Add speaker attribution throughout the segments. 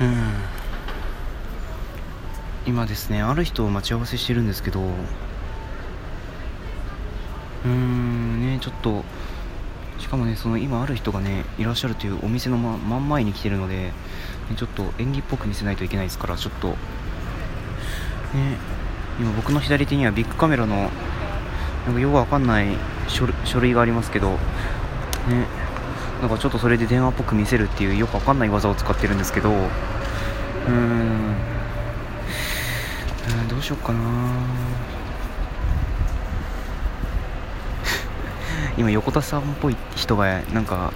Speaker 1: うん今ですねある人を待ち合わせしてるんですけどうーんねちょっとしかもねその今ある人がねいらっしゃるというお店の、ま、真ん前に来てるのでねちょっと演技っぽく見せないといけないですからちょっとね今僕の左手にはビッグカメラのなんかよくわかんない書類書類がありますけどねなんかちょっとそれで電話っぽく見せるっていうよくわかんない技を使ってるんですけどうーんうんどうしようかな 今横田さんっぽい人がなんか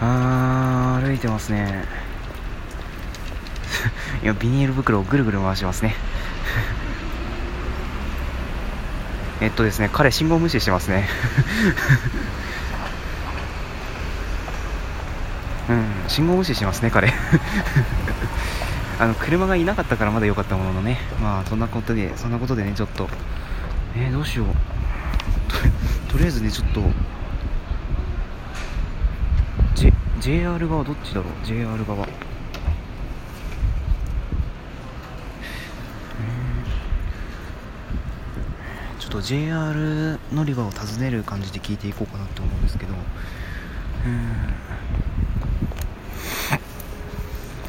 Speaker 1: あー歩いてますね 今ビニール袋をぐるぐる回しますね えっとですね彼信号無視してますね うん信号無視してますね彼あの車がいなかったからまだ良かったもののねまあそんなことでそんなことでねちょっとえー、どうしようととりあえずねちょっと、J、JR 側どっちだろう JR 側うーんちょっと JR 乗り場を訪ねる感じで聞いていこうかなって思うんですけどうーん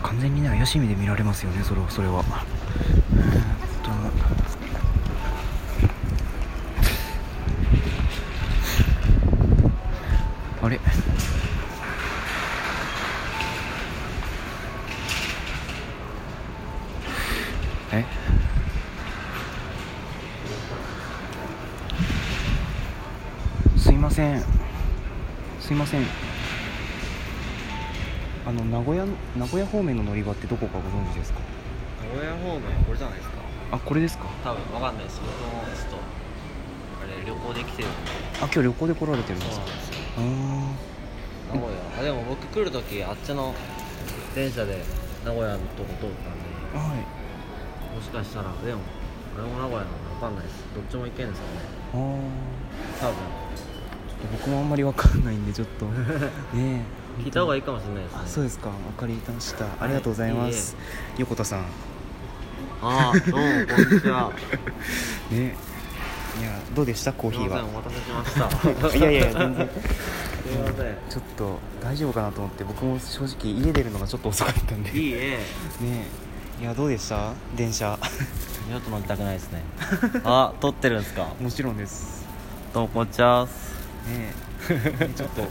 Speaker 1: 完全にね怪しみで見られますよねそれはそれはうーんとあれえすいませんすいませんあの名古屋名古屋方面の乗り場ってどこかご存知ですか
Speaker 2: 名古屋方面これじゃないですか
Speaker 1: あこれですか
Speaker 2: 多分わかんないです僕もちょっとあれ旅行で来てるんで
Speaker 1: あ今日旅行で来られてるんですか
Speaker 2: んですよ
Speaker 1: あー
Speaker 2: 名古屋あでも僕来るときあっちの電車で名古屋のとこ通ったんで
Speaker 1: はい
Speaker 2: もしかしたらでもあれも名古屋なんでわかんないですどっちも行けんですかね
Speaker 1: あー
Speaker 2: 多分
Speaker 1: ちょっと僕もあんまりわかんないんでちょっ とねえ
Speaker 2: 聞いた方がいいかもしれないですね
Speaker 1: あそうですかわかりましたありがとうございます、横田さん
Speaker 2: ああどうもこんにちは
Speaker 1: ねいやどうでしたコー
Speaker 2: す
Speaker 1: ヒ
Speaker 2: い
Speaker 1: ー
Speaker 2: ません
Speaker 1: は
Speaker 2: お待たせし ました
Speaker 1: いやいや全然
Speaker 2: すいませ
Speaker 1: ちょっと大丈夫かなと思って僕も正直家出るのがちょっと遅かったんで
Speaker 2: ん
Speaker 1: ね
Speaker 2: いいえ
Speaker 1: えいやどうでした電 車
Speaker 2: 二度と乗りたくないです ねあ撮ってるんですか
Speaker 1: もちろんです
Speaker 2: どうもこんにちは
Speaker 1: ねえ ねちょっと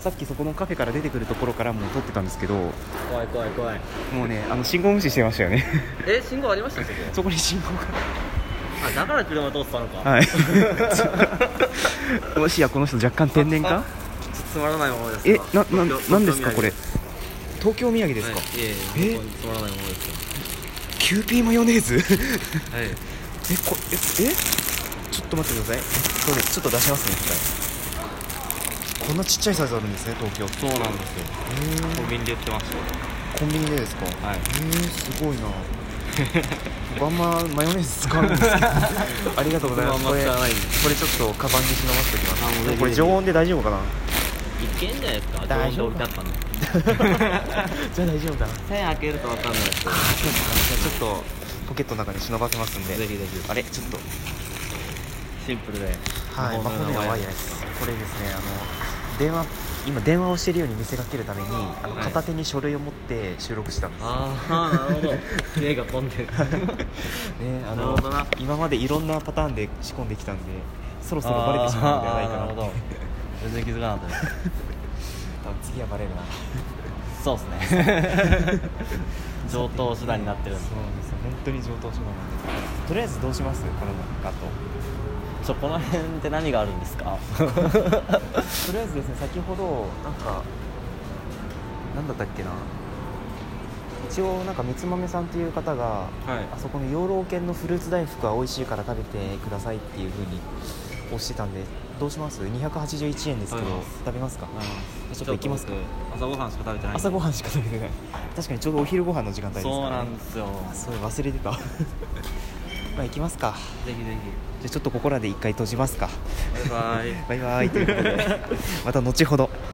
Speaker 1: さっきそこのカフェから出てくるところからもう撮ってたんですけども
Speaker 2: 怖い怖い怖いう
Speaker 1: ねあの信号無視してましたよね
Speaker 2: え信号ありましたそこ
Speaker 1: そこに信号が
Speaker 2: あだから車通ってたのか、
Speaker 1: はい もしやこの人若干天然か
Speaker 2: ちょっとつまらないものです
Speaker 1: え
Speaker 2: が
Speaker 1: なな
Speaker 2: 東京
Speaker 1: なんですかこれ東
Speaker 2: 東
Speaker 1: 京土産で
Speaker 2: 京
Speaker 1: すか、
Speaker 2: 土産はい、いえいえ
Speaker 1: え
Speaker 2: 本当につまらないものです
Speaker 1: キューピーマヨネーズ え
Speaker 2: がはい
Speaker 1: こええちょっと待ってくださいそうですちょっと出しますね一回こんなちっちゃいサイズあるんですね東京って
Speaker 2: そうなんですよ
Speaker 1: へ
Speaker 2: コンビニで売ってまし
Speaker 1: ーコンビニでですかへ
Speaker 2: たはい
Speaker 1: えす ごいな僕あんまマヨネーズ使わないんですけど ありがとうございます
Speaker 2: 僕もあんま使わないんで
Speaker 1: これこれちょっとカバンに忍ばせておき
Speaker 2: あも
Speaker 1: ま
Speaker 2: うぜひ
Speaker 1: す
Speaker 2: ぜひ
Speaker 1: これ常温で大丈夫かな
Speaker 2: いけんじゃないですか
Speaker 1: 大丈夫
Speaker 2: 常温で置いてあったんで
Speaker 1: じゃあ大丈夫かな
Speaker 2: 手開けるとわかんないですけど
Speaker 1: そうですかじゃあちょっとポケットの中に忍ばせますんで
Speaker 2: ぜひぜひ
Speaker 1: あれちょっと
Speaker 2: シンプルで
Speaker 1: はい、魔法の
Speaker 2: は
Speaker 1: ワイヤレス。これですね、あの電話今電話をしているように見せかけるために、あの
Speaker 2: はい
Speaker 1: 片手に書類を持って収録したんです。
Speaker 2: ああなるほど手が混んでる
Speaker 1: ね、あ
Speaker 2: なる
Speaker 1: の
Speaker 2: ほどな
Speaker 1: 今までいろんなパターンで仕込んできたんで、そろそろバレてしまうんではないかな
Speaker 2: あー。るほど全然気づかなかったです
Speaker 1: あ 次はバレるな。
Speaker 2: そうですね 上等手段になって
Speaker 1: そう
Speaker 2: る
Speaker 1: なんん
Speaker 2: で
Speaker 1: ですよ。本当に上等手段なんです。とりあえずどうします？この中と。
Speaker 2: ちょこの辺って何があるんですか
Speaker 1: とりあえずですね先ほどなんかなんだったっけな一応なんか三つ豆さんという方が、
Speaker 2: はい
Speaker 1: あそこの養老犬のフルーツ大福は美味しいから食べてくださいっていうふうにおっしてたんでどうします281円ですけど
Speaker 2: 食べま
Speaker 1: 食べます
Speaker 2: す
Speaker 1: かちょっと行きますか
Speaker 2: ちょっと僕朝ごはんしか食べてない
Speaker 1: 朝ごはんしか食べてない確かにちょうどお昼ご飯の時間帯ですから、ね、
Speaker 2: そうなんですよ
Speaker 1: あそう忘れてた まあ行きますか
Speaker 2: ぜひぜ
Speaker 1: じゃあちょっとここらで一回閉じますか
Speaker 2: ひバイバイ
Speaker 1: バイバイということでまた後ほど